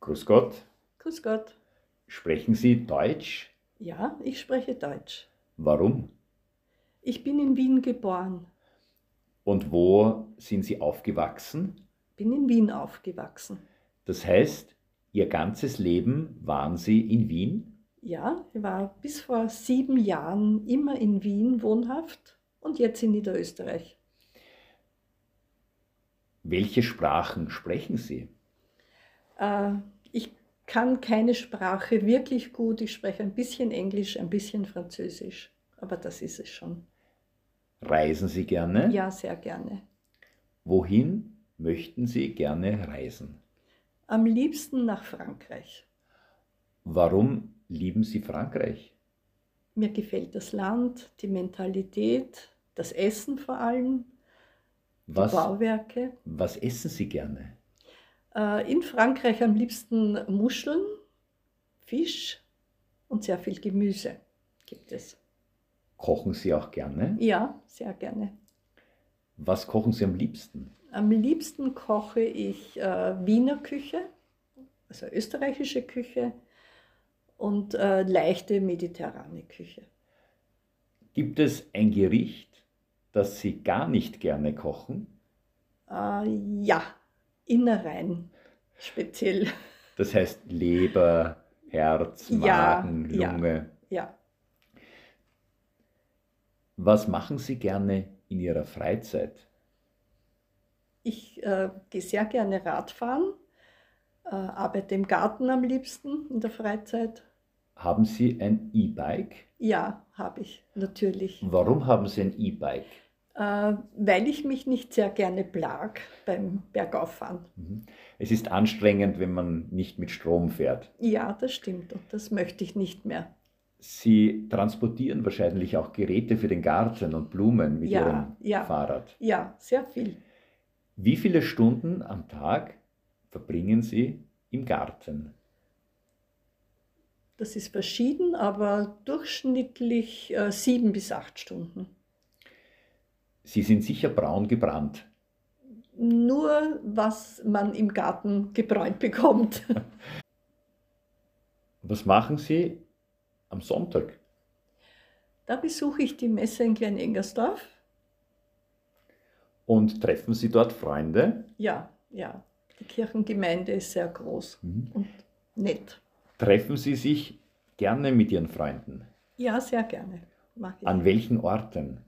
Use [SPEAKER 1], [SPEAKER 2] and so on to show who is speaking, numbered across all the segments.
[SPEAKER 1] Grüß Gott,
[SPEAKER 2] Grüß Gott.
[SPEAKER 1] sprechen Sie Deutsch?
[SPEAKER 2] Ja, ich spreche Deutsch.
[SPEAKER 1] Warum?
[SPEAKER 2] Ich bin in Wien geboren,
[SPEAKER 1] Und wo sind Sie aufgewachsen?
[SPEAKER 2] bin in Wien aufgewachsen.
[SPEAKER 1] Das heißt, Ihr ganzes Leben waren Sie in Wien?
[SPEAKER 2] Ja, ich war bis vor sieben Jahren immer in Wien wohnhaft und jetzt in Niederösterreich.
[SPEAKER 1] Welche Sprachen sprechen Sie?
[SPEAKER 2] Äh, ich kann keine Sprache wirklich gut. Ich spreche ein bisschen Englisch, ein bisschen Französisch, aber das ist es schon.
[SPEAKER 1] Reisen Sie gerne?
[SPEAKER 2] Ja, sehr gerne.
[SPEAKER 1] Wohin möchten Sie gerne reisen?
[SPEAKER 2] Am liebsten nach Frankreich.
[SPEAKER 1] Warum lieben Sie Frankreich?
[SPEAKER 2] Mir gefällt das Land, die Mentalität, das Essen vor allem,
[SPEAKER 1] Was,
[SPEAKER 2] Bauwerke.
[SPEAKER 1] was essen Sie gerne?
[SPEAKER 2] Äh, In Frankreich am liebsten Muscheln, Fisch und sehr viel Gemüse gibt es.
[SPEAKER 1] Kochen Sie auch gerne?
[SPEAKER 2] Ja, sehr gerne.
[SPEAKER 1] Was kochen Sie am liebsten?
[SPEAKER 2] Am liebsten koche ich äh, Wiener Küche, also österreichische Küche und äh, leichte mediterrane Küche.
[SPEAKER 1] Gibt es ein Gericht, das Sie gar nicht gerne kochen?
[SPEAKER 2] Äh, ja, Innereien speziell.
[SPEAKER 1] Das heißt Leber, Herz,
[SPEAKER 2] Ja,
[SPEAKER 1] Magen,
[SPEAKER 2] ja.
[SPEAKER 1] Lunge.
[SPEAKER 2] Ja,
[SPEAKER 1] Was machen Sie gerne in Ihrer Freizeit?
[SPEAKER 2] ich äh, gehe sehr gerne Radfahren, äh, arbeite im Garten am liebsten in der Freizeit.
[SPEAKER 1] Haben Sie ein E-Bike?
[SPEAKER 2] Ja, habe ich, natürlich.
[SPEAKER 1] Warum haben Sie ein E-Bike?
[SPEAKER 2] Äh, weil ich mich nicht sehr gerne plag beim Bergauffahren.
[SPEAKER 1] Mhm. Es ist anstrengend, wenn man nicht mit Strom fährt.
[SPEAKER 2] Ja, das stimmt und das möchte ich nicht mehr.
[SPEAKER 1] Sie transportieren wahrscheinlich auch Geräte für den Garten und Blumen mit
[SPEAKER 2] Ja,
[SPEAKER 1] Ihrem
[SPEAKER 2] ja,
[SPEAKER 1] Fahrrad.
[SPEAKER 2] ja, sehr viel.
[SPEAKER 1] Wie viele Stunden am Tag verbringen Sie im Garten?
[SPEAKER 2] Das ist verschieden, aber durchschnittlich äh, sieben bis acht Stunden.
[SPEAKER 1] Sie sind sicher braun gebrannt.
[SPEAKER 2] Nur was man im Garten gebräunt bekommt.
[SPEAKER 1] Was machen Sie am Sonntag?
[SPEAKER 2] Da besuche ich die Messe in Klein-Engersdorf.
[SPEAKER 1] Und treffen Sie dort Freunde?
[SPEAKER 2] Ja, ja, die Kirchengemeinde ist sehr groß
[SPEAKER 1] Mhm.
[SPEAKER 2] und nett.
[SPEAKER 1] Treffen Sie sich gerne mit Ihren Freunden.
[SPEAKER 2] Ja, sehr gerne. Mag ich.
[SPEAKER 1] An welchen Orten?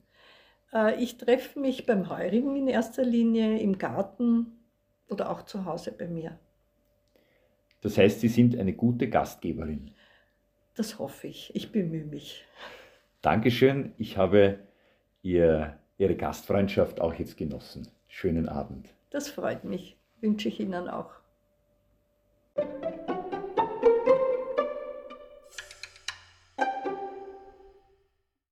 [SPEAKER 2] Äh, Ich treffe mich beim Heurigen in erster Linie, im Garten oder auch zu Hause bei mir.
[SPEAKER 1] Das heißt, Sie sind eine gute Gastgeberin.
[SPEAKER 2] Das hoffe ich. Ich bemühe mich.
[SPEAKER 1] Dankeschön, ich habe Ihr, Ihre Gastfreundschaft auch jetzt genossen. Schönen Abend.
[SPEAKER 2] Das freut mich. Wünsche ich Ihnen auch.